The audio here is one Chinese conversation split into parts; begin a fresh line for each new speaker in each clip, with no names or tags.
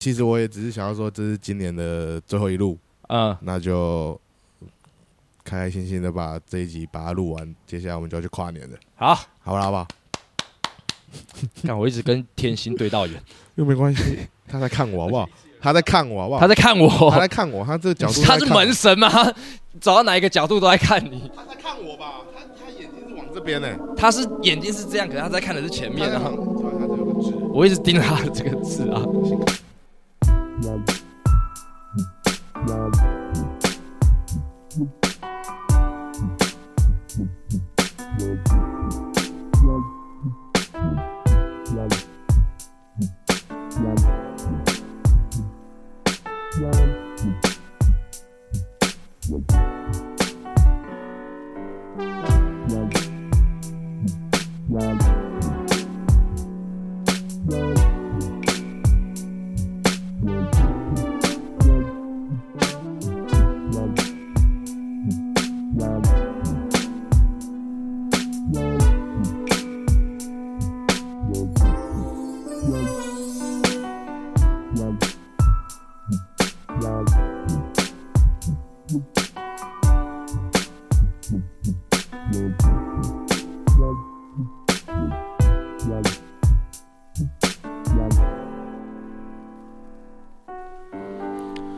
其实我也只是想要说，这是今年的最后一路，
嗯，
那就开开心心的把这一集把它录完，接下来我们就要去跨年了，
好，
好不好？好不好？
看我一直跟天心对到眼，
又没关系， 他在看我好不好？他在看我好不好？
他在看我，
他在看我，他这个角度在
他是
看我
门神吗？走到哪一个角度都在看你，
他在看我吧？他他眼睛是往这边呢、
他是眼睛是这样，可是他在看的是前
他
面
在
啊
看。突然他这有个痣。
我一直盯着他的这个字啊，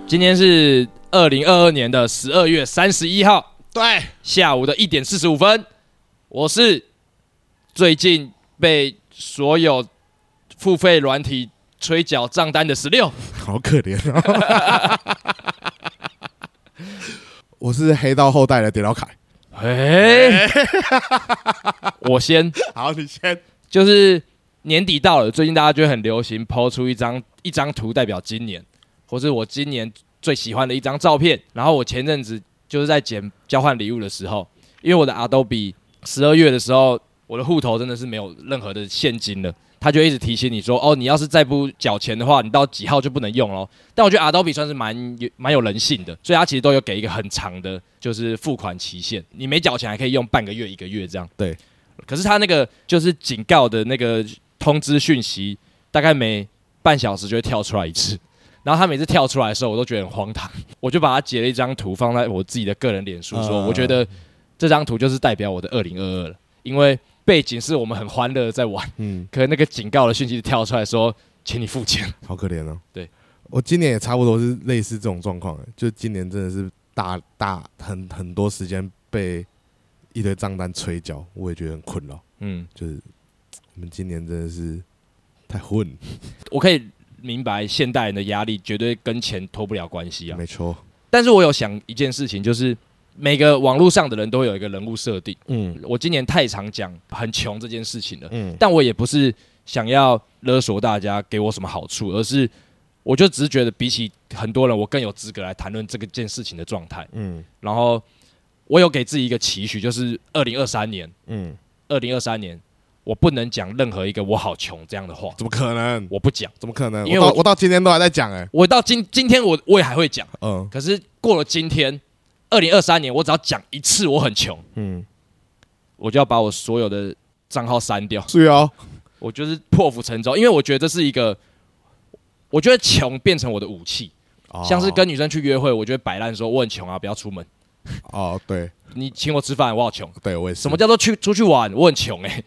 今天是二零二二年的十二月三十一号
对，
下午的一点四十五分，我是最近被所有付费软体催缴账单的十六，
好可怜啊！ 我是黑道后代的点老凯。
哎，我先。
好，你先。
就是年底到了，最近大家就会很流行抛出一张一张图代表今年，或是我今年最喜欢的一张照片。然后我前阵子就是在捡交换礼物的时候，因为我的 Adobe 十二月的时候，我的户头真的是没有任何的现金了。他就一直提醒你说：“哦，你要是再不缴钱的话，你到几号就不能用咯。但我觉得 Adobe 算是蛮有蛮有人性的，所以它其实都有给一个很长的，就是付款期限。你没缴钱还可以用半个月、一个月这样。
对，
可是他那个就是警告的那个通知讯息，大概每半小时就会跳出来一次。然后他每次跳出来的时候，我都觉得很荒唐，我就把它截了一张图放在我自己的个人脸书，说
嗯
我觉得这张图就是代表我的二零二二了，因为背景是我们很欢乐的在玩，
嗯，
可是那个警告的讯息跳出来说，请你付钱。
好可怜哦。
对，
我今年也差不多是类似这种状况，欸就今年真的是大大很很多时间被一堆账单催缴，我也觉得很困扰。
嗯，
就是我们今年真的是太混，
我可以明白现代人的压力绝对跟钱脱不了关系啊，
没错。
但是我有想一件事情，就是每个网络上的人都会有一个人物设定。
嗯
我今年太常讲很穷这件事情了，
嗯，
但我也不是想要勒索大家给我什么好处，而是我就只是觉得比起很多人，我更有资格来谈论这个件事情的状态。
嗯
然后我有给自己一个期许，就是二零二三年，
嗯，
二零二三年我不能讲任何一个“我好穷”这样的话，
怎么可能？
我不讲。
怎么可能？
因为
我到
我
我到今天都还在讲哎、
我到今今天我我也还会讲，
嗯
可是过了今天，二零二三年我只要讲一次我很穷，
嗯，
我就要把我所有的账号删掉。
注意哦，
我就是破釜沉舟，因为我觉得这是一个，我觉得穷变成我的武器，
哦
像是跟女生去约会，我就会摆烂说我很穷啊，不要出门，
哦，对
你请我吃饭，我好穷。
对，我也是。
什么叫做去出去玩？我很穷哎、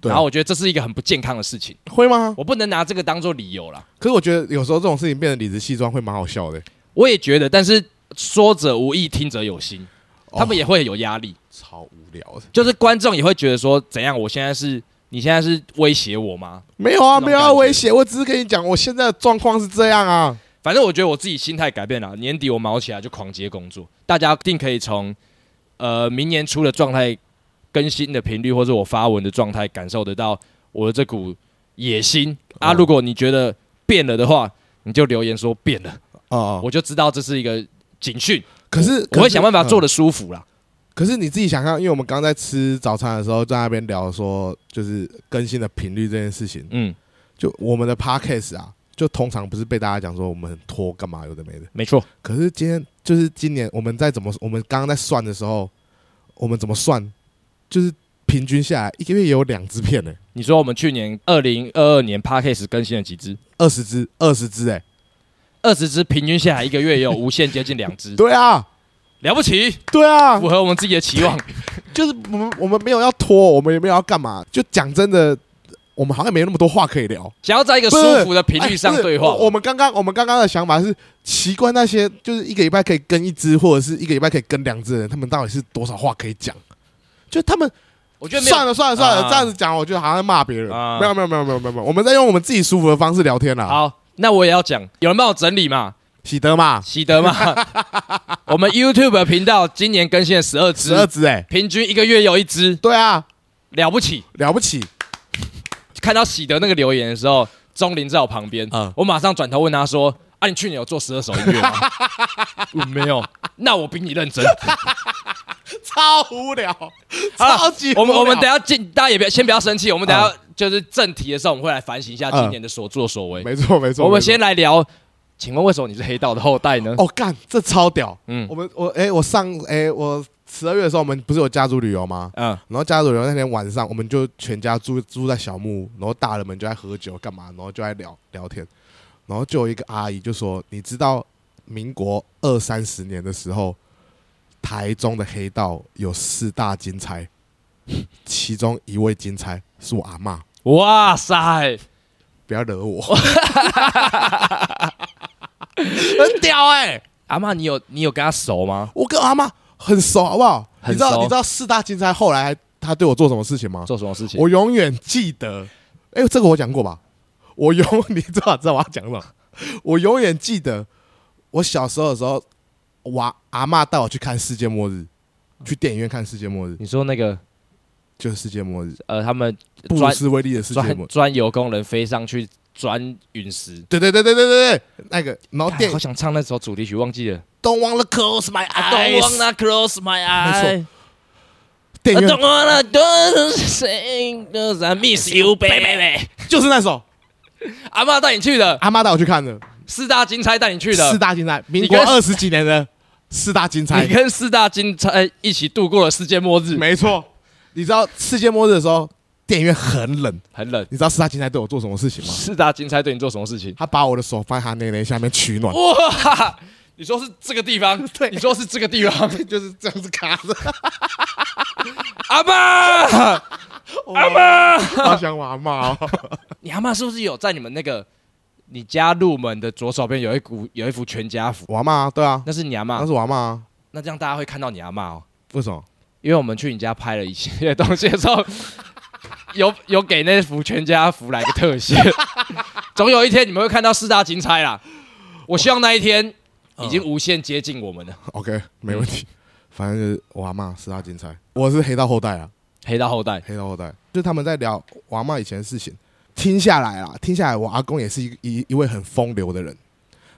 对
然后我觉得这是一个很不健康的事情，
会吗？
我不能拿这个当做理由啦。
可是我觉得有时候这种事情变得理直气壮会蛮好笑的、欸
我也觉得，但是说者无意，听者有心，他们
也
也会有压力，
哦超无聊的。
就是观众也会觉得说，怎样？我现在是你现在是威胁我吗？
没有啊，
这种
没有
感
啊，
觉
威胁，我只是跟你讲，我现在的状况是这样啊。
反正我觉得我自己心态改变了，年底我毛起来就狂接工作，大家一定可以从呃明年初的状态更新的频率，或者我发文的状态，感受得到我的这股野心啊。
嗯
如果你觉得变了的话，你就留言说变了，
哦，
我就知道这是一个警讯，
可是嗯
我会想办法做
的。
的舒服啦。
可是你自己想想，因为我们刚在吃早餐的时候，在那边聊说，就是更新的频率这件事情，
嗯，
就我们的 podcast 啊，就通常不是被大家讲说我们很拖干嘛有的没的。
没错，
可是今天就是今年我们在怎么，我们刚刚在算的时候，我们怎么算，就是平均下来一个月也有两支片呢、
你说我们去年二零二二年 p a c k a s e 更新了几支？
二十支，二十支哎、
二十只，平均下来一个月也有无限接近两只，
对啊，
了不起，
对啊
符，合我们自己的期望。
就是我们我们没有要拖，我们也没有要干嘛。就讲真的，我们好像没那么多话可以聊。
想要在一个舒服的频率
哎
上
不是
对话，
我我们刚刚我们刚刚的想法是，奇怪那些就是一个礼拜可以跟一只，或者是一个礼拜可以跟两只的人，他们到底是多少话可以讲？就他们
我觉得没有
算了算了算了，
啊
这样子讲，我觉得好像在骂别人。
啊
没有没有没有没有没有没有，我们在用我们自己舒服的方式聊天啦。
好，那我也要讲，有人帮我整理嘛，
喜德嘛，
喜德 嘛，我们 YouTube 的频道今年更新了十二
十二
支，
只哎，
平均一个月有一支，
对啊，
了不起。
了不起，
看到喜德那个留言的时候，钟林在我旁边，
嗯
我马上转头问他说：“啊，你去年有做十二首音 乐吗？”我没有，那我比你认真。
超无聊，
好啦
超级无聊
我们我们等一下进，大家也不要先不要生气，我们等一下就是正题的时候，我们会来反省一下今年的所作所为。
没错没错，
我们
没错
先来聊，请问为什么你是黑道的后代呢？
哦，干，这超屌！
嗯
我们我哎、我上哎、我十二月的时候，我们不是有家族旅游吗？
嗯，
然后家族旅游那天晚上，我们就全家住住在小木屋，然后大人们就在喝酒干嘛，然后就在聊聊天，然后就有一个阿姨就说：“你知道民国二三十年的时候，台中的黑道有四大金钗，其中一位金钗是我阿嬷，
哇塞，
不要惹我。” 很屌哎、
欸阿妈，你有你有跟他熟吗？
我跟阿妈很熟，好不好？你
很
知道
熟
你知道四大金钗后来他对我做什么事情吗？
做什么事情？
我永远记得，哎、这个我讲过吧？我永你知道知道我要讲什么？我永远记得我小时候的时候，我阿妈带我去看世界末日，去电影院看世界末日，
你说那个
就是世界末日，
呃，他们
布鲁
钻
斯威利的世界末日。
钻钻油工人飞上去钻陨石，哎
对对对对对对对，那个，然后哦电啊
好想唱那首主题曲，忘记了。
Don't wanna close my
I
eyes，
don't wanna close my
没
eye.
电
I
影
don't
院
wanna do thing, cause I miss you, baby.
就是那首，
阿妈带你去的，
阿妈带我去看的，
四大金钗带你去
四
的，
大金钗，民国
你跟
二十几年的四大金钗
你，跟四大金钗一起度过了世界末日，
没错。你知道世界末日的时候，电影院很冷，
很冷。
你知道四大金钗对我做什么事情吗？
四大金钗对你做什么事情？
他把我的手放在他内内下面取暖，
哇，你说是这个地 方，你说是这个地方，
就是这样子卡着。
阿 妈，阿 妈，
好想我阿妈哦，
你阿妈是不是有在你们那个你家入门的左手边有一股有一幅全家福？
我阿妈对啊，
那是你阿
那
妈
是，我阿妈啊。
那这样大家会看到你阿妈哦。
为什么？
因为我们去你家拍了一系列东西的时候， 有有给那幅全家福来个特写， 总有一天你们会看到四大金钗啦。我希望那一天已经无限接近我们了，
OK，没问题。反正就是我阿妈四大金钗，我是黑道后代啊，
黑到后代。
黑道后代。就是他们在聊我阿妈以前的事情，听下来啦，听下来我阿公也是一一一位很风流的人。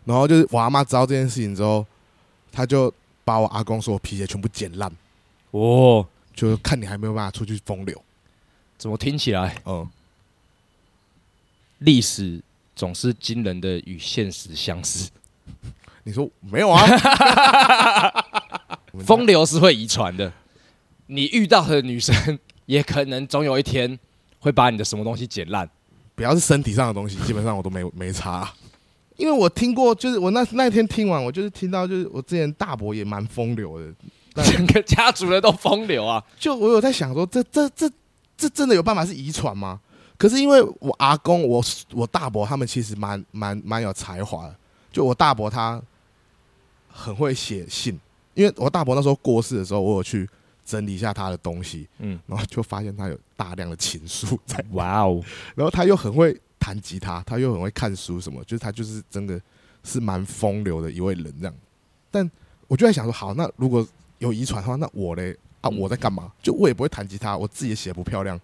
然后就是我阿妈知道这件事情之后，他就把我阿公所有皮鞋全部剪烂。
哦，
就是看你还没有办法出去风流。
怎么听起来
嗯，
历史总是惊人的与现实相似？
你说没 有啊？我们
风流是会遗传的，你遇到的女生也可能总有一天会把你的什么东西剪烂。
不要是身体上的东西，基本上我都没没差啊、因为我听过，就是我那那天听完，我就是听到，就是我之前大伯也蛮风流的，但
整个家族的都风流啊！
就我有在想说，这这这这真的有办法是遗传吗？可是因为我阿公、我我大伯他们其实蛮蛮蛮有才华的。就我大伯他很会写信，因为我大伯那时候过世的时候，我有去整理一下他的东西，
嗯
嗯，然后就发现他有大量的情书在，
哇哦，
然后他又很会弹吉他，他又很会看书，什么，就是他就是真的是蛮风流的一位人这样。但我就在想说，好，那如果有遗传的话，那我嘞啊，
嗯
我在干嘛？就我也不会弹吉他，我字也写不漂亮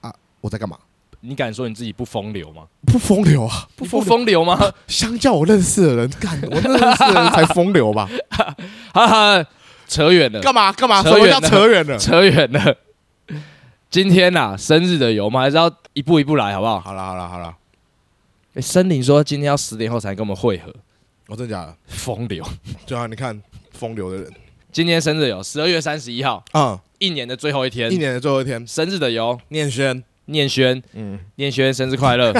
啊，我在干嘛？
你敢说你自己不风流吗？
不风流啊，
不
不
不
风流。
风流吗？
相较我认识的人，干我那认识的人才风流 吧？
哈哈，扯远了，
干嘛干嘛？
扯
什么
远
叫
了
扯远了？
扯远了。今天呐、啊，生日的油，我们还是要一步一步来，好不好？
好了好了好了，
诶森林说今天要十点后才跟我们会合，
我真的假的？
风流。
就好，你看风流的人
今天生日有，十二月三十一号，
啊，
一年的最后一天
一，年的最后一天，
生日的油，
念轩
念轩，
嗯，
念轩生日 快乐。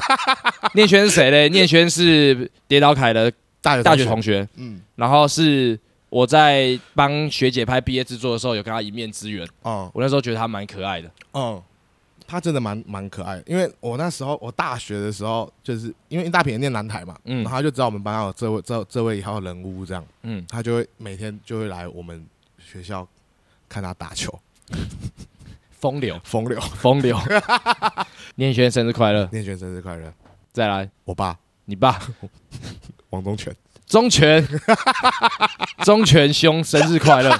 念轩是谁嘞？念轩是跌倒凯的
大学
大学同学，
嗯
然后是我在帮学姐拍毕业制作的时候有跟她一面之缘，
哦
我那时候觉得她蛮可爱的。
哦，他真的蛮蛮可爱的，因为我那时候我大学的时候，就是因为大平也念南台嘛，
嗯
然后他就知道我们班上有这位这这位一号人物这样，
嗯，
他就会每天就会来我们学校看他打球，
风流，
风流，
风 流。念轩生日快乐！
念轩生日快乐，
再来，
我爸
你爸
王宗权，
忠 犬，忠犬兄生日快乐！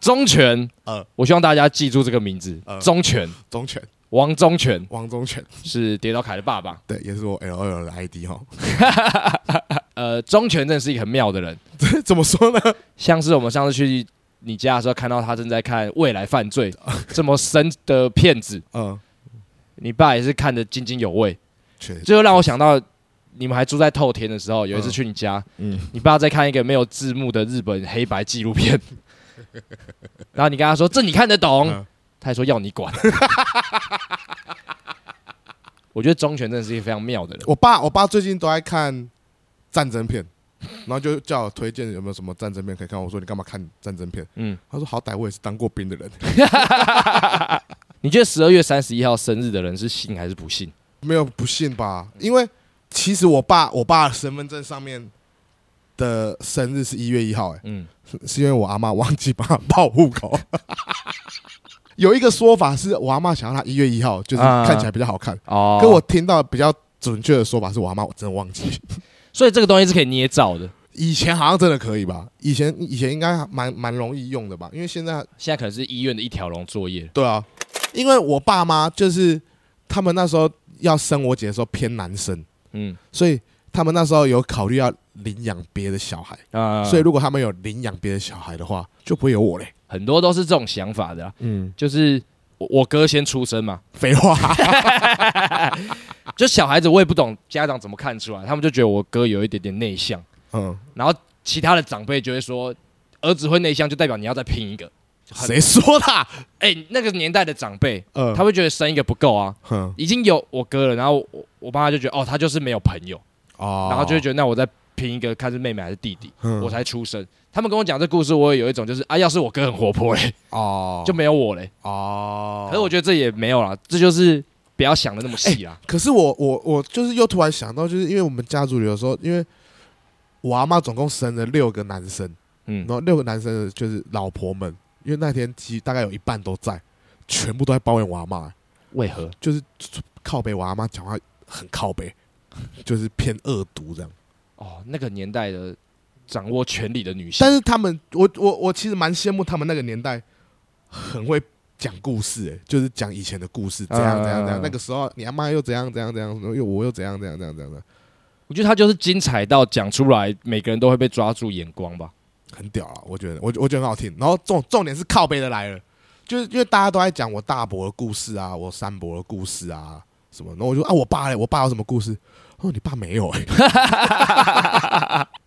忠犬，
呃
我希望大家记住这个名字，
呃
忠犬，
宗权，
王忠犬
王宗权，
是跌倒凯的爸爸。
对，也是我 L 二的哦 ID 哈，
呃，忠犬真的是一个很妙的人，
怎么说呢？
像是我们上次去你家的时候，看到他正在看《未来犯 罪》这么深的片子，
嗯，
你爸也是看得津津有味，
确实，
这就让我想到你们还住在透天的时候，有一次去你家，
嗯
你爸在看一个没有字幕的日本黑白纪录片，然后你跟他说这你看得懂，
嗯
他还说要你管。我觉得忠犬真的是一个非常妙的人，
我爸我爸最近都在看战争片，然后就叫我推荐有没有什么战争片可以看。我说你干嘛看战争片？
嗯。
他说好歹我也是当过兵的人，
你觉得十二月三十一号生日的人是幸还是不幸？
没有不信吧？因为其实我爸我爸的身份证上面的生日是一月一号、哎，
嗯，
是是因为我阿妈忘记帮他报户口。有一个说法是我阿妈想要他一月一号，就是
啊
看起来比较好看。
哦，
可我听到比较准确的说法是我阿妈我真的忘记。
所以这个东西是可以捏造的，
以前好像真的可以吧？以前以前应该蛮蛮容易用的吧？因为现在
现在可能是医院的一条龙作业。
对啊，因为我爸妈就是他们那时候要生我姐的时候偏男生，
嗯
所以他们那时候有考虑要领养别的小孩，
啊，
所以如果他们有领养别的小孩的话，就不会有我嘞。
呃很多都是这种想法的啊、
嗯，
就是我我哥先出生嘛，
废话，
就小孩子我也不懂家长怎么看出来，他们就觉得我哥有一点点内向，
嗯，
然后其他的长辈就会说，儿子会内向就代表你要再拼一个。很
谁说的啊？
哎、那个年代的长辈，
嗯，
他会觉得生一个不够啊，
哼
已经有我哥了，然后我我爸妈就觉得哦，他就是没有朋友，
哦，
然后就会觉得那我再拼一个，看是妹妹还是弟弟，
嗯
我才出生。他们跟我讲这故事，我也有一种就是啊，要是我哥很活泼嘞，
哦，
就没有我嘞。
哦，
可是我觉得这也没有啦，这就是不要想的那么细啦。
可是我我我就是又突然想到，就是因为我们家族有时候，因为我阿妈总共生了六个男生，
嗯
然，后六个男生的就是老婆们，因为那天其实大概有一半都在，全部都在抱怨我阿妈，
为何？
就是靠北我阿妈讲话很靠北， 就是偏恶毒这样。
哦，那个年代的掌握权力的女性，
但是他们，我我我其实蛮羡慕他们那个年代很会讲故事、欸，就是讲以前的故事，怎样怎样怎样。
嗯
那个时候你阿妈又怎样怎样怎样，又我又怎样怎样怎样怎样，怎样
我觉得她就是精彩到讲出来，每个人都会被抓住眼光吧。
很屌啊！我觉得，我我觉得很好听。然后重重点是靠背的来了，就是因为大家都在讲我大伯的故事啊，我三伯的故事啊什么。然后我就啊，我爸嘞，我爸有什么故事？哦，你爸没有 哎、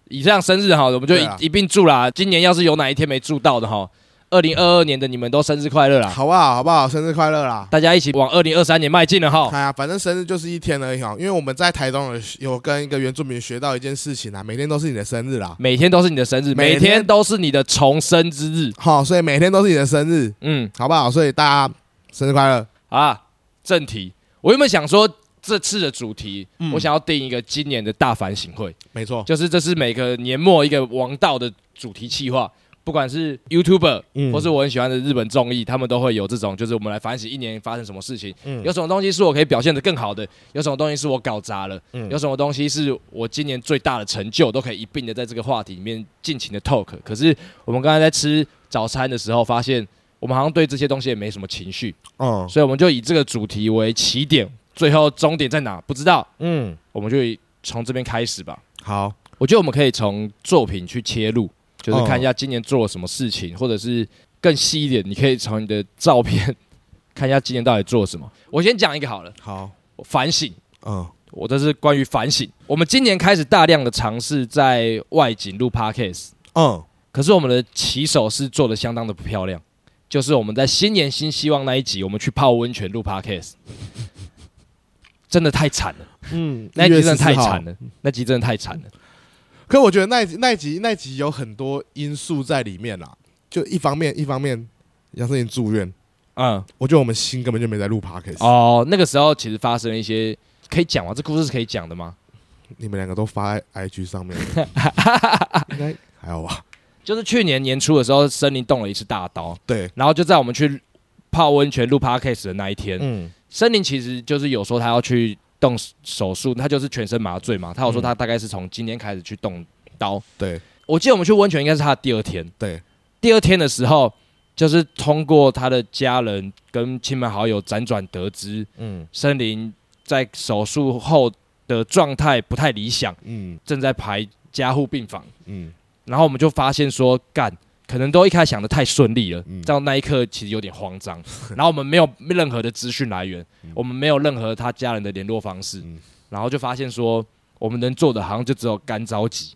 以上生日哈，我们就一、
对啊
一并祝啦。今年要是有哪一天没祝到的哈，二零二二年的你们都生日快乐啦！
好不好？好不好？生日快乐啦！
大家一起往二零二三年迈进了哈。
哎呀，反正生日就是一天而已哈，因为我们在台东有有跟一个原住民学到一件事情啊，每天都是你的生日啦，
每天都是你的生日，
每
每
天
天都是你的重生之日。
好，所以每天都是你的生日，
嗯，
好不好？所以大家生日快乐，
好啦，正题，我原本想说这次的主题，
嗯
我想要定一个今年的大反省会，
没错，
就是这是每个年末一个王道的主题企划，不管是 YouTuber
嗯
或是我很喜欢的日本综艺，他们都会有这种，就是我们来反省一年发生什么事情，
嗯
有什么东西是我可以表现得更好的，有什么东西是我搞砸了，
嗯
有什么东西是我今年最大的成就，都可以一并的在这个话题里面尽情的 talk。可是我们刚才在吃早餐的时候，发现我们好像对这些东西也没什么情绪，
嗯
所以我们就以这个主题为起点，最后终点在哪不知道，
嗯，
我们就以从这边开始吧。
好，
我觉得我们可以从作品去切入，就是
哦
看一下今年做了什么事情，或者是更细一点，你可以从你的照片 看一下今年到底做了什么。我先讲一个好了，
好，
我反省。
嗯
我这是关于反省。我们今年开始大量的尝试在外景录 podcast，
嗯，
可是我们的起手式做的相当的不漂亮，就是我们在新年新希望那一集，我们去泡温泉录 podcast，真的太惨了，
嗯，
那一集真的太
惨
惨。了，那集真的太惨了。
可我觉得那一集那一集那一集有很多因素在里面啦，就一方面一方面杨丞琳住院，
嗯，
我觉得我们心根本就没在录 podcast，、
哦，那个时候其实发生了一些可以讲吗？这故事是可以讲的吗？
你们两个都发在 IG 上面，应该还好吧？
就是去年年初的时候，森林动了一次大刀，
对，
然后就在我们去泡温泉录 podcast 的那一天，
嗯，
森林其实就是有说他要去动手术，他就是全身麻醉嘛，他有说他大概是从今天开始去动刀。
对
我记得我们去温泉应该是他的第二天，
对，
第二天的时候，就是通过他的家人跟亲朋好友辗转得知，
嗯
森林在手术后的状态不太理想，
嗯
正在排加护病房。
嗯
然后我们就发现说，干，可能都一开始想的太顺利了
嗯，
到那一刻其实有点慌张。 然后我们没有任何的资讯来源，我们没有任何他家人的联络方式
嗯，
然后就发现说，我们能做的好像就只有干着急，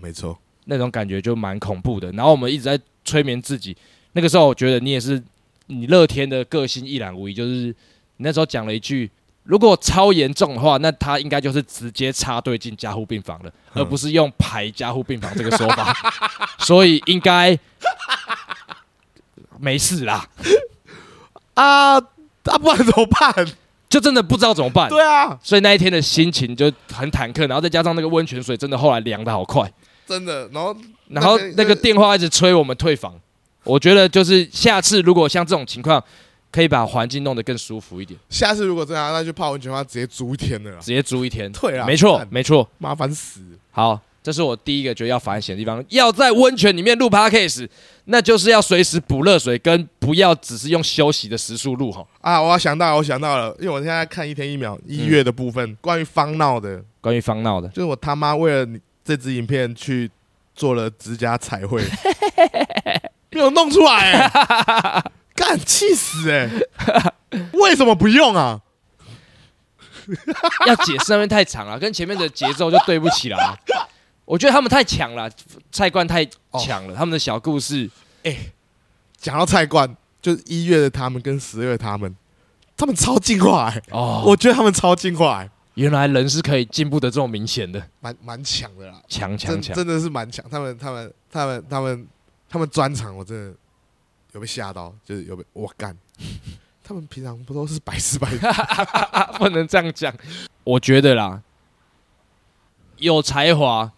没错，
那种感觉就蛮恐怖的。然后我们一直在催眠自己。那个时候我觉得你也是，你乐天的个性一览无遗，就是你那时候讲了一句。如果超严重的话，那他应该就是直接插队进加护病房了，而不是用排加护病房这个说法。所以应该没事啦，
啊啊，不然怎么办？
就真的不知道怎么办。
对啊，
所以那一天的心情就很忐忑，然后再加上那个温泉水真的后来凉的好快，
真的。然后
然后
那个
那个电话一直催我们退房。我觉得就是下次如果像这种情况，可以把环境弄得更舒服一点，
下次如果真的要那就泡温泉的话，直接租一天的啦
直，接租一天。
对啦
没错
干，
没错。
麻烦死。
好，这是我第一个觉得要反省的地方。要在温泉里面录 podcast，那就是要随时补热水，跟不要只是用休息的时速录哈。
啊！我要想到了，我想到了，因为我现在在看一天一秒一月的部分，关于方闹的，
关于方闹的，
就是我他妈为了你这支影片去做了指甲彩 绘，没有弄出来、欸， 干气死哎、为什么不用啊？
要解释那边太长了，跟前面的节奏就对不起了啊。我觉得他们太强了，菜冠太强了，他们的小故事
讲到菜冠，就是一月的他们跟十月的他们，他们超进化、欸，
哦，
我觉得他们超进化、欸，
原来人是可以进步的这么明显的，
蛮蛮强的啦，
强强
真
强。
真的是蛮强。他们他们他们他们他们专场，我真的有被吓到，就是有被我 干。他们平常不都是白吃白喝？
不能这样讲。我觉得啦，有才华，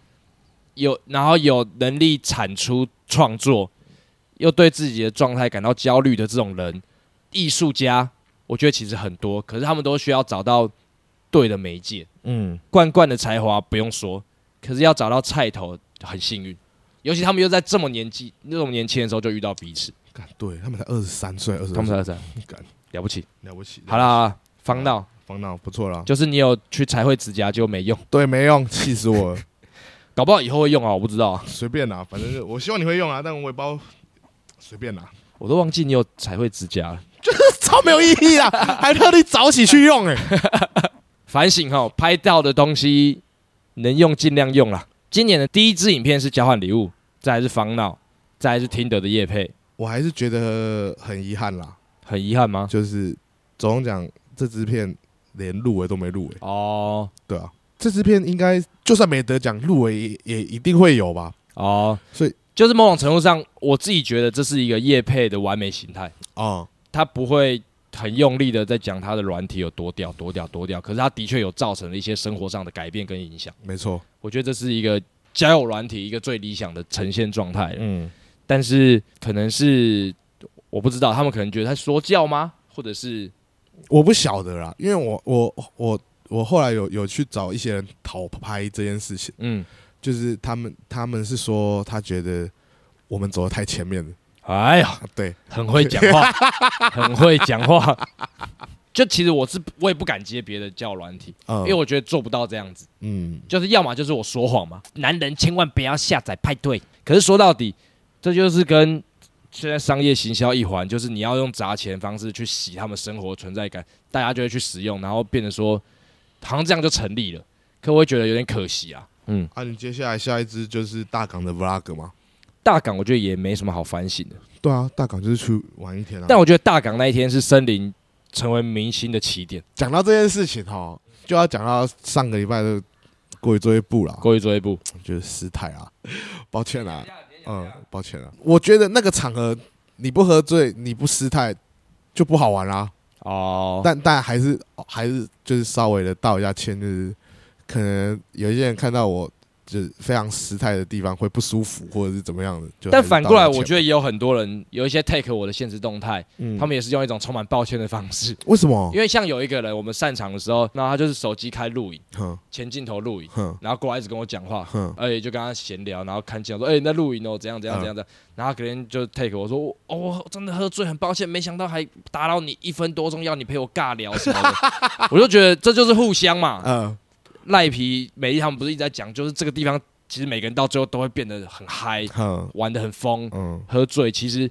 有然后有能力产出创作，又对自己的状态感到焦虑的这种人，艺术家，我觉得其实很多，可是他们都需要找到对的媒介。
嗯，
罐罐的才华不用说，可是要找到菜头很幸运，尤其他们又在这么年纪、那种年轻的时候就遇到彼此，
干对，他们才二十三岁，二十
他们才这样
干
了不起。
了不起。
好啦，好啦方闹
方闹不错啦，
就是你有去彩绘指甲就没用。
对，没用，气死我 了。
搞不好以后会用啊，我不知道、啊，
随便啦，反正是我希望你会用啊，但我也不知道，随便啦，
我都忘记你有彩绘指甲了。
超没有意义啦， 还特地早起去用哎、
反省哈，拍到的东西能用尽量用啦。今年的第一支影片是交换礼物，再来是防闹，再来是听得的叶配，
我还是觉得很遗憾啦，
很遗憾吗？
就是总讲这支片连入围都没入围，
哦
对啊，这支片应该就算没得奖，入围也也一定会有吧？
哦，
所以
就是某种程度上，我自己觉得这是一个叶配的完美形态，
哦、
他不会很用力的在讲他的软体有多屌多屌多屌，可是他的确有造成了一些生活上的改变跟影响。
没错，
我觉得这是一个交友软体一个最理想的呈现状态了。
嗯，
但是可能是我不知道，他们可能觉得他说教吗？或者是
我不晓得啦，因为我我我我后来有有去找一些人讨拍这件事情。
嗯，
就是他们他们是说他觉得我们走的太前面了，
哎呀，
啊对，
很会讲话， 很会讲话。就其实我是我也不敢接别的教软体，
嗯
因为我觉得做不到这样子，
嗯
就是要么就是我说谎嘛。男人千万不要下载派对。可是说到底，这就是跟现在商业行销一环，就是你要用砸钱方式去洗他们生活存在感，大家就会去使用，然后变得说好像这样就成立了。可我会觉得有点可惜啊。嗯，
啊，你接下来下一支就是大港的 vlog 吗？
大港我觉得也没什么好反省的，
对啊，大港就是去玩一天啊。
但我觉得大港那一天是森林成为明星的起点。
讲到这件事情哈，就要讲到上个礼拜的过于作业部啦，
过于追一步，
就是失态 啊，抱歉啦，嗯，抱歉啦。我觉得那个场合你不喝醉，你不失态就不好玩啊啦、
哦，
但但还是还是就是稍微的道一下歉，就是可能有一些人看到我就是非常失态的地方会不舒服，或者是怎么样的。就
但反过来，我
得
觉得也有很多人有一些 take 我的现实动态，
嗯
他们也是用一种充满抱歉的方式。
为什么？
因为像有一个人，我们散场的时候，那他就是手机开录影，
哼
前镜头录影，
哼
然后过来一直跟我讲话，
哼，
而且就跟他闲聊，然后看镜头说：“哎、你在录影哦，怎样怎
嗯
样怎样的。然后他可能就 take 我说：“我哦，我真的喝醉，很抱歉，没想到还打扰你一分多钟，要你陪我尬聊什么的。” 我就觉得这就是互相嘛。
呃，
赖皮美丽他们不是一直在讲，就是这个地方其实每个人到最后都会变得很嗨，
哼，
玩得很疯，
嗯，
喝醉。其实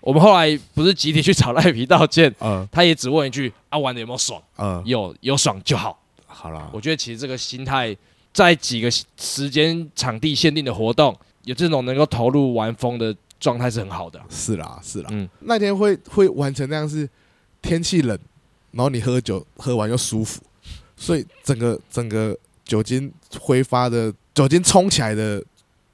我们后来不是集体去找赖皮道歉，
呃，
他也只问一句：“啊，玩的有没有爽？
呃，
有有爽就好。”
好啦，
我觉得其实这个心态，在几个时间、场地限定的活动，有这种能够投入玩风的状态是很好的。
是啦，是啦。
嗯
那天会会玩成那样是天气冷，然后你喝酒喝完又舒服，所以整个整个酒精挥发的酒精冲起来的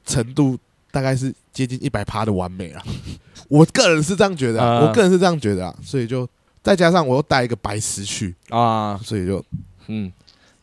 程度大概是接近一百趴的完美啦。 我个人是这样觉得啊、
啊
我个人是这样觉得啊，所以就再加上我又带一个白石去，
啊，
所以就
嗯，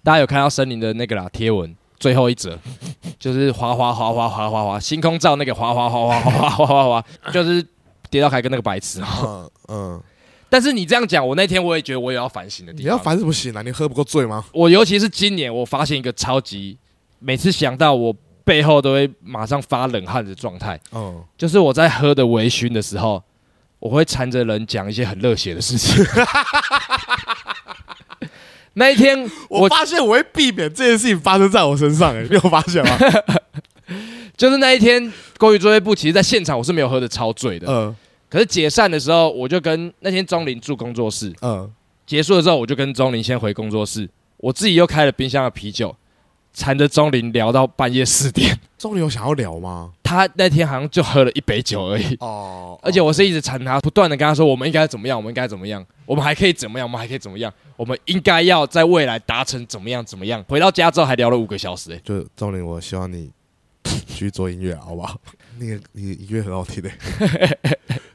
大家有看到森林的那个啦贴文，最后一则 就是滑滑滑滑滑滑滑，星空照那个滑滑滑滑滑滑滑滑滑，就是跌到凯跟那个白痴哦。
嗯嗯，
但是你这样讲，我那天我也觉得我有要反省的地
你
方。
要烦什么醒啊？你喝不够醉吗？
我尤其是今年，我发现一个超级，每次想到我背后都会马上发冷汗的状态。
嗯，
就是我在喝的微醺的时候，我会缠着人讲一些很热血的事情。那一天，
我
我
发现我会避免这件事情发生在我身 上、欸，你有发现吗？
就是那一天，关于作业部，其实在现场我是没有喝的超醉的。
嗯
可是解散的时候，我就跟那天钟林住工作室，
嗯，
结束的时候，我就跟钟林先回工作室，我自己又开了冰箱的啤酒，缠着钟林聊到半夜四点。
钟林有想要聊吗？
他那天好像就喝了一杯酒而已。
哦，
而且我是一直缠他，不断的跟他说，我们应该怎么样，我们应该怎么样，我们还可以怎么样，我们还可以怎么样，我们应该要在未来达成怎么样怎么样。回到家之后还聊了五个小时、欸，
就钟林，我希望你 继续做音乐啊，好不好？那个 你的音乐很好 听的、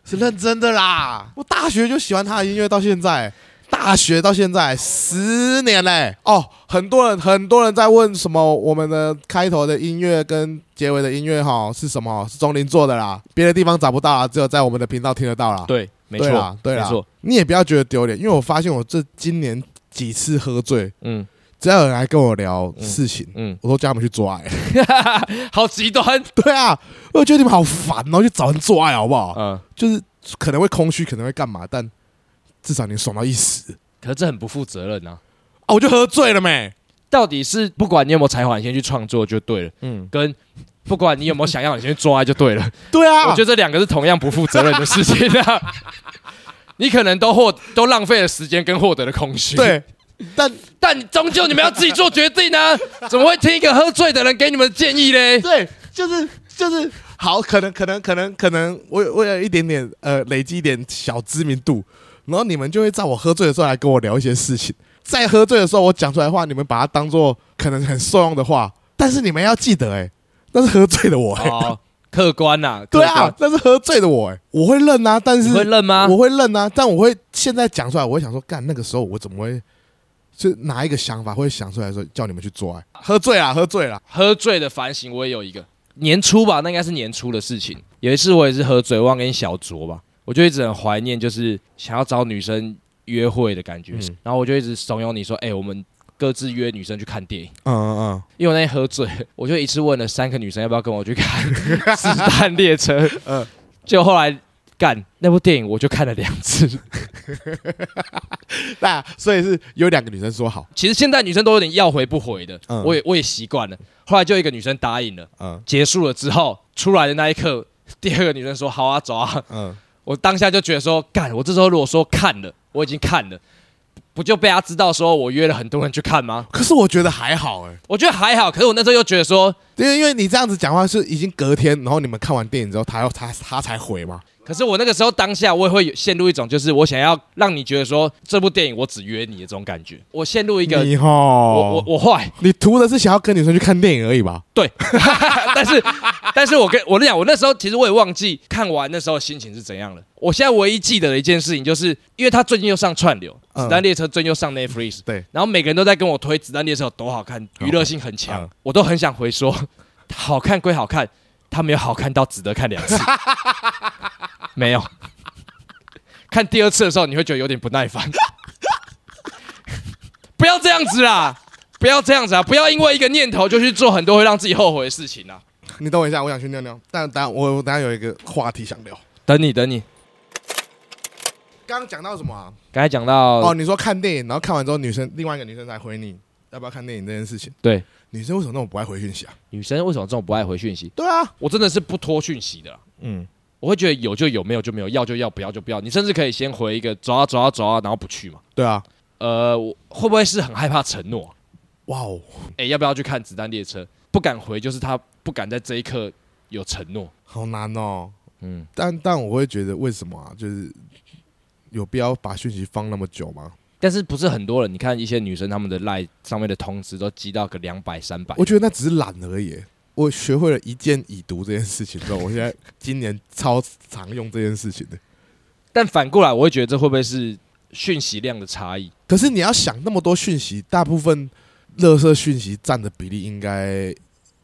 是认真的啦。我大学就喜欢他的音乐，到现在，大学到现在十年嘞、哦，很多人很多人在问什么我们的开头的音乐跟结尾的音乐哈是什么？是钟林做的啦，别的地方找不到啊，只有在我们的频道听得到啦。
对，没
对啦
错，，
对啦，
没错，
你也不要觉得丢脸，因为我发现我这今年几次喝醉，
嗯
只要有人来跟我聊
嗯
事情，
嗯，
我都叫他们去抓、欸。
好极端，
对啊，我觉得你们好烦哦，去找人做爱好不好？
嗯，
就是可能会空虚，可能会干嘛，但至少你爽到一时
可是这很不负责任啊。
啊！我就喝醉了没？
到底是不管你有没有才华，你先去创作就对了，
嗯，
跟不管你有没有想要，你先去做爱就对了。
对啊，
我觉得这两个是同样不负责任的事情 啊。你可能都获都浪费了时间跟获得的空虚，
对， 但
但你终究你们要自己做决定 啊！怎么会听一个喝醉的人给你们建议嘞？
对，就是就是好，可能可能可能可能，我有我有一点点呃，累积一点小知名度，然后你们就会在我喝醉的时候来跟我聊一些事情，在喝醉的时候我讲出来的话，你们把它当做可能很受用的话，但是你们要记得、欸，哎，那是喝醉的我、欸，
哦， 客观呐、
对
客
啊
观，，
那是喝醉的我、欸，我会认啊，但是
你会认吗？
我会认啊，但我会现在讲出来，我会想说，干那个时候我怎么会就拿一个想法会想出来说叫你们去做、欸？喝醉啊，喝醉了，
喝醉的反省我也有一个，年初吧，那应该是年初的事情。有一次我也是喝醉，忘跟小酌吧，我就一直很怀念，就是想要找女生约会的感觉，
嗯
然后我就一直怂恿你说，哎、我们各自约女生去看电影。
嗯嗯嗯。
因为我那天喝醉， 我就一次问了三个女生要不要跟我 去看《子弹列车》，
嗯
就后来干那部电影，我就看了两次。
那所以是有两个女生说好，
其实现在女生都有点要回不回的，
嗯
我也我也习惯了。后来就一个女生答应了，
嗯
结束了之后出来的那一刻，第二个女生说好啊走啊，
嗯，
我当下就觉得说干，我这时候如果说看了，我已经看了，不就被她知道说我约了很多人去看吗？
可是我觉得还好哎、
我觉得还好，可是我那时候又觉得说，
因为因为你这样子讲话是已经隔天，然后你们看完电影之后，他要他他才回嘛，
可是我那个时候当下，我也会有陷入一种，就是我想要让你觉得说这部电影我只约你的这种感觉。我陷入一个，
你
我我
吼，
我坏，
你图的是想要跟女生去看电影而已吧？
对， 但是但是我跟我跟你讲，我那时候其实我也忘记看完那时候心情是怎样了。我现在唯一记得的一件事情，就是因为他最近又上串流，
嗯
子弹列车》最近又上 Netflix，
对，
然后每个人都在跟我推《子弹列车》有多好看，
好
娱乐性很强
嗯，
我都很想回说，好看归好看，他没有好看到值得看两 次，没有。看第二次的时候，你会觉得有点不耐烦。 不要这样子啦，不要这样子啊！不要因为一个念头就去做很多会让自己后悔的事情啊！
你等我一下，我想去尿尿。但但我我等下有一个话题想聊。
等你，等你。
刚刚讲到什么啊？
刚才讲到，
哦，你说看电影，然后看完之后，女生另外一个女生才回你要不要看电影这件事情。
对，
女生为什么那么不爱回讯息啊？
女生为什么这种不爱回讯息？
对啊，
我真的是不拖讯息的啦，
嗯，
我会觉得有就有，没有就没有，要就要，不要就不要。你甚至可以先回一个走啊走啊走啊，然后不去嘛。
对啊，
呃，我会不会是很害怕承诺？
哇哦，
哎，要不要去看《子弹列车》？不敢回，就是他不敢在这一刻有承诺。
好难哦。
嗯，
但但我会觉得为什么啊？就是有必要把讯息放那么久吗？
但是不是很多人？你看一些女生，她们的赖上面的通知都积到个两百、三百。
我觉得那只是懒而已。我学会了一键已读这件事情之后，我现在今年超常用这件事情的。
但反过来，我会觉得这会不会是讯息量的差异？
可是你要想那么多讯息，大部分垃圾讯息占的比例应该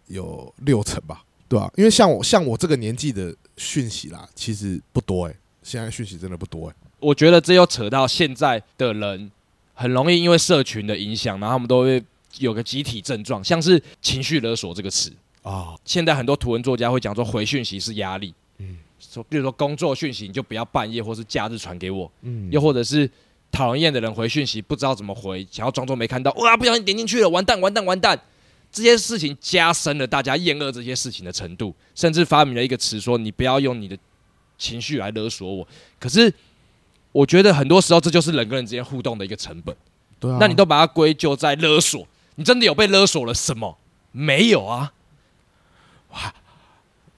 有六成吧，对吧、因为像我像我这个年纪的讯息啦，其实不多哎、现在讯息真的不多哎、
我觉得这又扯到现在的人很容易因为社群的影响，然后他们都会有个集体症状，像是情绪勒索这个词。
啊、
现在很多图文作家会讲说回讯息是压力，
嗯
嗯，说比如说工作讯息你就不要半夜或是假日传给我，
嗯
又或者是讨人厌的人回讯息不知道怎么回，想要装作没看到，哇，不小心点进去了，完蛋完蛋完蛋！这些事情加深了大家厌恶这些事情的程度，甚至发明了一个词说你不要用你的情绪来勒索我。可是我觉得很多时候这就是人跟人之间互动的一个成本，
对啊，
那你都把它归咎在勒索，你真的有被勒索了什么？没有啊，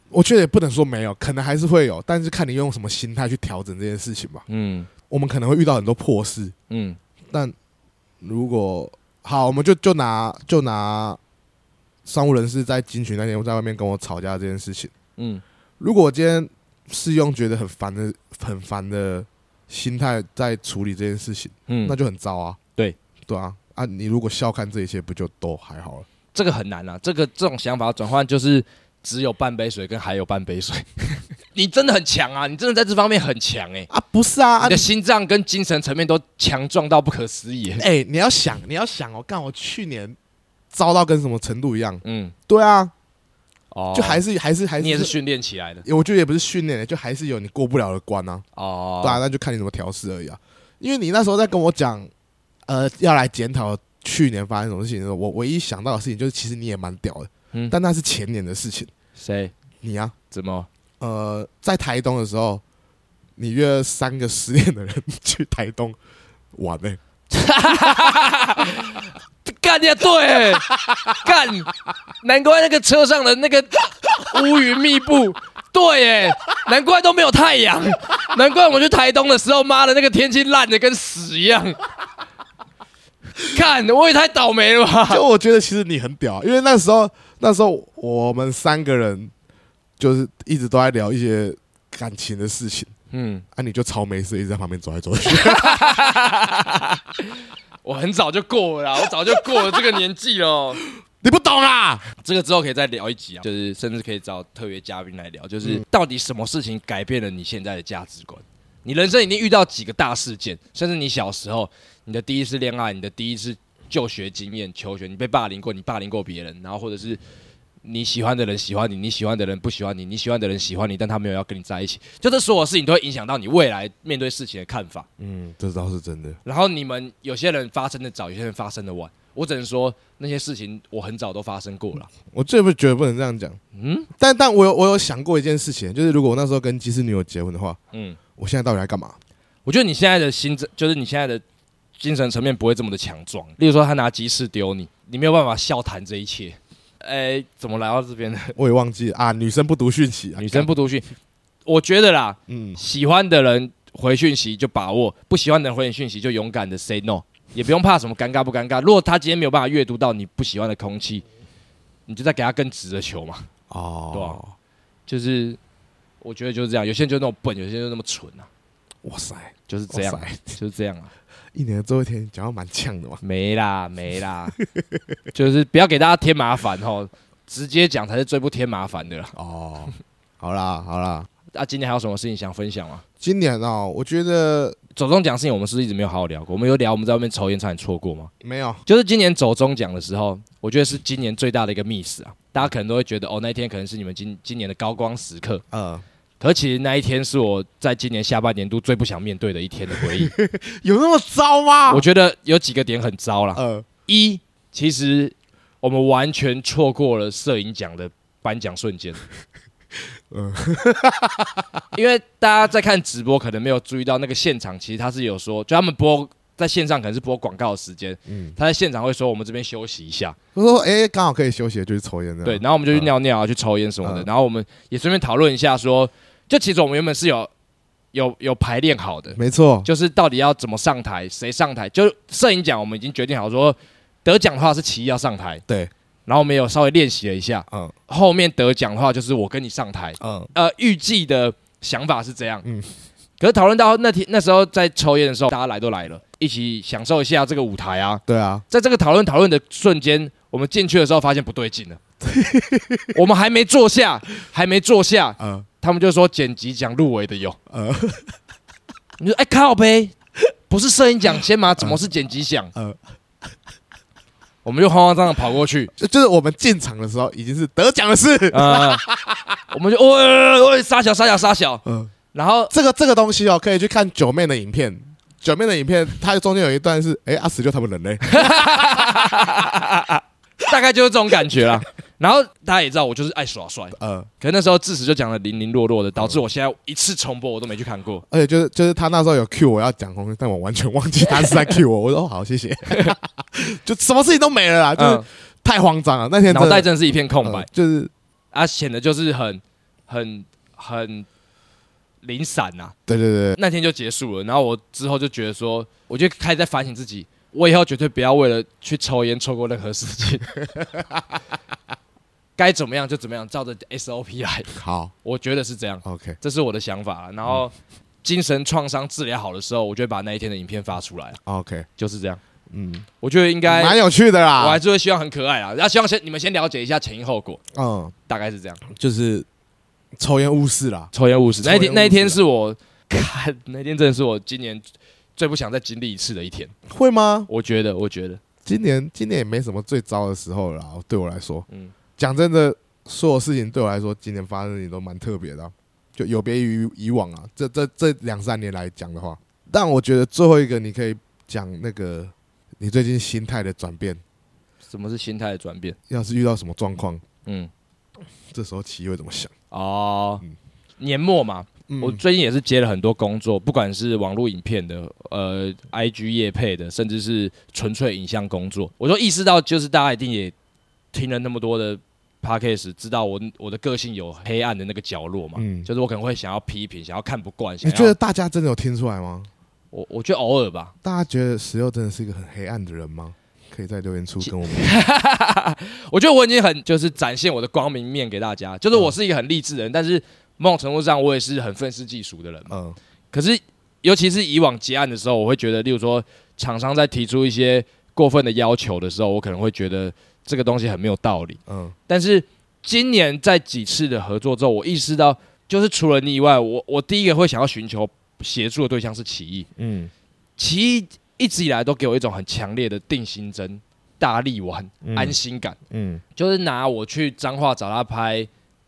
我觉得也不能说没有，可能还是会有，但是看你用什么心态去调整这件事情吧。
嗯
我们可能会遇到很多破事，
嗯，
但如果好，我们就就拿就拿商务人士在金曲那天在外面跟我吵架这件事情，
嗯，
如果我今天是用觉得很烦的很烦的心态在处理这件事情，
嗯，
那就很糟啊。
对
对啊啊！你如果笑看这一切，不就都还好了？
这个很难啊，这个这种想法转换就是只有半杯水跟还有半杯水。 你真的很强啊，你真的在这方面很强哎、
啊，不是啊，啊
你的心脏跟精神层面都强壮到不可思议、欸。
哎、你要想，你要想哦，干我去年糟到跟什么程度一样？
嗯，
对啊，
哦
就还是、还是还是，
你也是训练起来的
我觉得也不是训练的，就还是有你过不了的关啊。
哦。
对啊，那就看你怎么调试而已啊。因为你那时候在跟我讲，呃，要来检讨去年发生什么事情的时候，我唯一想到的事情就是，其实你也蛮屌的，
嗯
但那是前年的事情。
谁
你啊，
怎么？
呃，在台东的时候，你约了三个失恋的人去台东玩欸呢、
干呀，对 欸、干，难怪那个车上的那个乌云密布。对耶，难怪都没有太阳，难怪我们去台东的时候，妈的那个天气烂的跟屎一样。看，我也太倒霉了吧！
就我觉得其实你很屌啊，因为那时候那时候我们三个人就是一直都在聊一些感情的事情，
嗯，
啊，你就超没事，一直在旁边走来走去。
我很早就过了啦，我早就过了这个年纪了。
你不懂啊！
这个之后可以再聊一集啊，就是甚至可以找特别嘉宾来聊，就是到底什么事情改变了你现在的价值观？你人生已经遇到几个大事件，甚至你小时候你的第一次恋爱、你的第一次就学经验、求学，你被霸凌过，你霸凌过别人，然后或者是你喜欢的人喜欢你，你喜欢的人不喜欢你，你喜欢的人喜欢你，但他没有要跟你在一起，就这所有事情都会影响到你未来面对事情的看法。
嗯，这倒是真的。
然后你们有些人发生的早，有些人发生的晚，我只能说那些事情我很早都发生过了。
我最不觉得不能这样讲，
嗯
但但我有我有想过一件事情，就是如果我那时候跟技师女友结婚的话，
嗯。
我现在到底在干 嘛？
我觉得你现在的心智，就是你现在的精神层面不会这么的强壮。例如说，他拿鸡翅丢你，你没有办法笑谈这一切。哎，怎么来到这边的？
我也忘记了啊，女生不读讯息啊，
女生不读讯，我觉得啦，
嗯，
喜欢的人回讯息就把握，不喜欢的人回你讯息就勇敢的 say no，也不用怕什么尴尬不尴尬。如果他今天没有办法阅读到你不喜欢的空气，你就再给他更直的球嘛。对
哦
啊，就是我觉得就是这样，有些人就那么笨，有些人就那么蠢啊，
哇塞，
就是这样
哇，塞，
就是这样啊，
一年的最后一天讲到蛮呛的嘛，
没啦没啦， 就是不要给大家添麻烦哦，直接讲才是最不添麻烦的啦。
哦，好啦好啦，
啊，今天还有什么事情想分享吗？
今年哦，我觉得
走中奖事情我们是不是一直没有好好聊过，我们有聊我们在外面抽烟差点错过吗？
没有，
就是今年走中奖的时候，我觉得是今年最大的一个 miss 啊。大家可能都会觉得，哦，那一天可能是你们今今年的高光时刻，
呃，
可其实那一天是我在今年下半年度最不想面对的一天的回忆。
有那么糟吗？
我觉得有几个点很糟啦。
呃，
一，其实我们完全错过了摄影奖的颁奖瞬间。
嗯
因为大家在看直播，可能没有注意到那个现场，其实他是有说，就他们播在线上可能是播广告的时间，
嗯，
他在现场会说我们这边休息一下，
我说哎，刚好可以休息，就去抽烟的，
对，，然后我们就去尿尿啊，去抽烟什么的，
嗯
然后我们也顺便讨论一下说，就其实我们原本是有有有排练好的，
没错，
就是到底要怎么上台，谁上台，就摄影奖我们已经决定好说，得奖的话是奇艺要上台，
对，
然后我们也有稍微练习了一下，
嗯
后面得奖的话就是我跟你上台，
嗯，
呃，预计的想法是这样，
嗯
嗯，可是讨论到那天那时候在抽烟的时候，大家来都来了，一起享受一下这个舞台啊，
对啊，
在这个讨论讨论的瞬间，我们进去的时候发现不 对劲了。我们还没坐下，还没坐下，
呃
他们就说剪辑奖入围的有。
呃
你说哎靠呗，不是摄影奖先吗？怎么是剪辑奖？
呃，
我们就慌慌张张跑过去，
就就是我们进场的时候已经是得奖的事，
啊，我们就呃喂喂喂杀小杀小杀小，
嗯，
然后
这个这个东西哦，可以去看九妹的影片。九妹的影片，它中间有一段是，哎、阿死就他们人类，
大概就是这种感觉啦。然后大家也知道我就是爱耍帅，
呃，
可是那时候智齿就讲的零零落落的，导致我现在一次重播我都没去看过。
而且就是就是他那时候有 cue 我要讲红，但我完全忘记他是在 cue 我， 我说哦好谢谢， 就什么事情都没了啦，啊就是
嗯，
太慌张了，那天真
脑
的
袋真的是一片空白
呃。就是
啊，显得就是很很很零散呐、
对对对，
那天就结束了，然后我之后就觉得说，我就开始在反省自己，我以后绝对不要为了去抽烟错过任何事 情，该怎么样就怎么样，照着 SOP 来。
好
我觉得是这样，
，OK，
这是我的想法啦。然后
嗯
精神创伤治疗好的时候，我就会把那一天的影片发出来，
OK，
就是这样。
嗯，
我觉得应该，
蛮有趣的
我还
啦，
是会希望很可爱啊。然后希望先你们先了解一下前因后果，
嗯，
大概是这样。
就是抽烟误事啦，
抽烟误事。
抽
那
烟
一
误
天，
事啊
那一天是我看， 那天真的是我今年最不想再经历一次的一天。
会吗？
我觉得，我觉得，
今年今年也没什么最糟的时候了啦，对我来说，
嗯，
讲真的，所有事情对我来说，今年发生的事情都蛮特别的啊、就有别于以往啊。这这这两三年来讲的话，但我觉得最后一个你可以讲那个你最近心态的转变，
什么是心态的转变？
要是遇到什么状况，
嗯，
这时候奇艺会怎么想？
哦
嗯，
年末嘛，
嗯
我最近也是接了很多工作，不管是网络影片的，呃，IG 业配的，甚至是纯粹影像工作，我就意识到，就是大家一定也听了那么多的 podcast，知道我我的个性有黑暗的那个角落嘛，
嗯
啊就是我可能会想要批评，想要看不惯，
你
想
觉
要
得大家真的有听出来吗？
我我觉得偶尔吧，
大家觉得石榴真的是一个很黑暗的人吗？可以在留言处跟我们。
我觉得我已经很就是展现我的光明面给大家，就是
嗯
我是一个很励志的人，但是某种程度上我也是很愤世嫉俗的人嘛。
嗯
可是尤其是以往结案的时候，我会觉得，例如说厂商在提出一些过分的要求的时候，我可能会觉得这个东西很没有道理。
嗯
但是今年在几次的合作之后，我意识到，就是除了你以外，我我第一个会想要寻求协助的对象是奇艺，
嗯
奇艺一直以来都给我一种很强烈的定心针、大力丸、
嗯
安心感。
嗯
就是拿我去彰化找他拍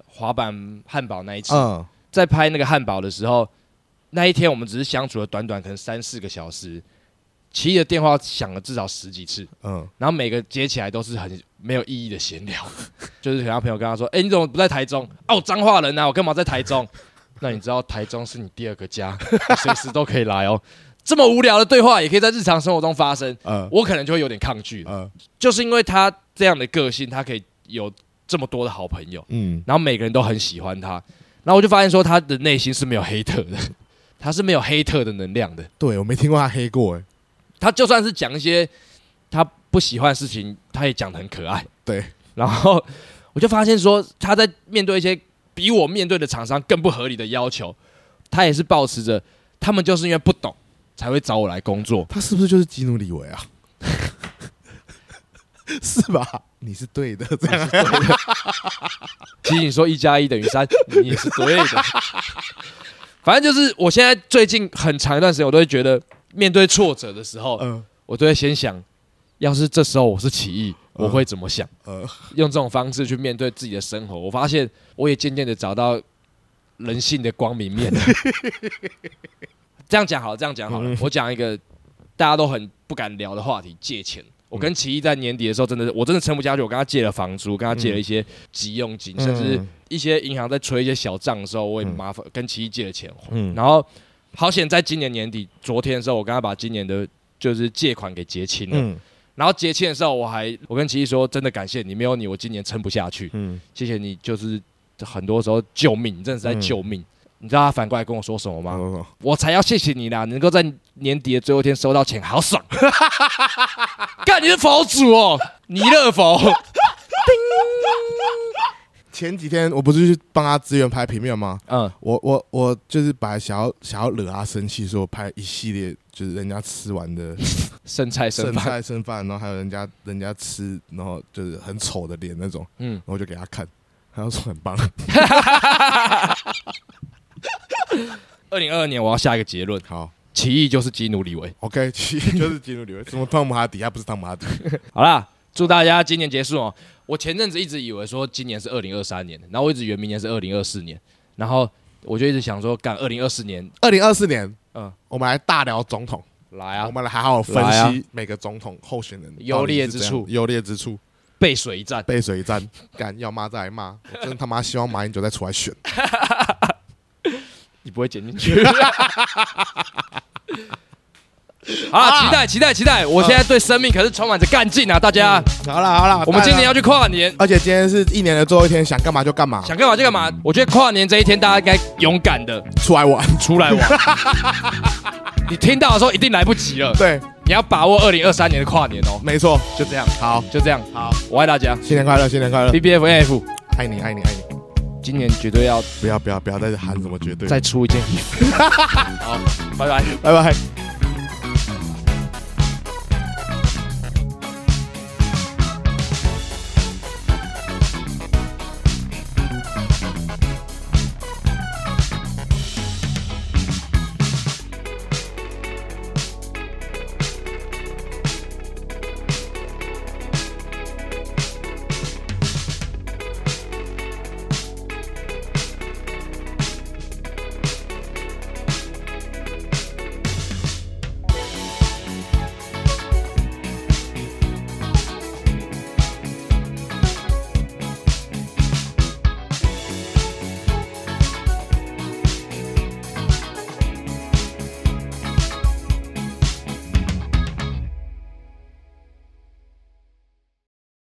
滑板汉堡那一次，
嗯
在拍那个汉堡的时候，那一天我们只是相处了短短可能三四个小时，奇异的电话响了至少十几次，
嗯
然后每个接起来都是很没有意义的闲聊， 就是可能他朋友跟他说：“哎、你怎么不在台中？哦，我彰化人啊，我干嘛在台中？”那你知道台中是你第二个家， 你随时都可以来哦。这么无聊的对话也可以在日常生活中发生，
嗯
我可能就会有点抗拒了。
嗯
就是因为他这样的个性，他可以有这么多的好朋友，
嗯
然后每个人都很喜欢他。然后我就发现说他的内心是没有黑特的， 他是没有黑特的能量的。
对我没听过他黑过、欸，
他就算是讲一些他不喜欢的事情，他也讲的很可爱。
对，
然后我就发现说他在面对一些比我面对的厂商更不合理的要求，他也是保持着他们就是因为不懂才会找我来工作。
他是不是就是基努里维啊？ 是吧？你是对的，这样
其实你说一加一等于三，你也是对的。反正就是我现在最近很长一段时间，我都会觉得面对挫折的时候，
嗯
我都会先想，要是这时候我是起义，
嗯
我会怎么想？
呃，
用这种方式去面对自己的生活，我发现我也渐渐的找到人性的光明面了。这样讲好，这样讲好了。我讲一个大家都很不敢聊的话题——借钱。我跟奇艺在年底的时候，真的是我真的撑不下去，我跟他借了房租，跟他借了一些急用金，甚至一些银行在催一些小账的时候，我也麻烦跟奇艺借了钱还。
嗯
然后好险，在今年年底，昨天的时候，我跟他把今年的就是借款给结清了。
嗯
然后结清的时候，我还我跟奇艺说，真的感谢你，没有你，我今年撑不下去。
嗯，
谢谢你，就是很多时候救命，你真的是在救命。你知道他反过来跟我说什么吗？
嗯
我才要谢谢你啦，能够在年底的最后一天收到钱，好爽！ 干你是佛祖哦，弥勒佛。
前几天我不是去帮他支援拍平面吗？
嗯，
我我我就是本来想要想要惹他生气，所以我拍一系列就是人家吃完 的
剩菜剩
剩
饭。
菜剩饭，然后还有人家人家吃，然后就是很丑的脸那种，
嗯
然，后我就给他看，他就说很棒。
二零二二年我要下一个结论，
好
奇异就是基努里维。
，OK，其实 就是基努里维，什么汤姆哈迪，他不是汤姆哈迪，
好啦，祝大家今年结束哦。我前阵子一直以为说今年是二零二三年，然后我一直以为明年是二零二四年，然后我就一直想说，干二零二四年
二零二四年，
嗯
嗯，我们来大聊总统，
来啊
我，们来好好分
来啊
析每个总统候选人
优劣
到
之
底是
处
怎样优劣之处，
背水一战。
背水一战， 干要骂再来骂，我真他妈希望马英九再出来选。
你不会剪 进去。好啦，期待期待期待！我现在对生命可是充满着干劲啊，大家！
好了好了，
我们今年
大家
要去跨年，
而且今天是一年的最后一天，想干嘛就干嘛，
想干嘛就干
嗯
嘛。我觉得跨年这一天，大家应该勇敢的
出来玩。
出来玩。你听到的时候一定来不及了，
对，
你要把握二零二三年的跨年哦。
没错，
就这样，
好，
就这样，
好，
我爱大家。
新年快乐，新年快乐
B，B F A F，
爱你爱你爱你，
今年绝对要
不要不要不要再喊什么绝对，
再出一件衣服。好，拜拜。
拜拜。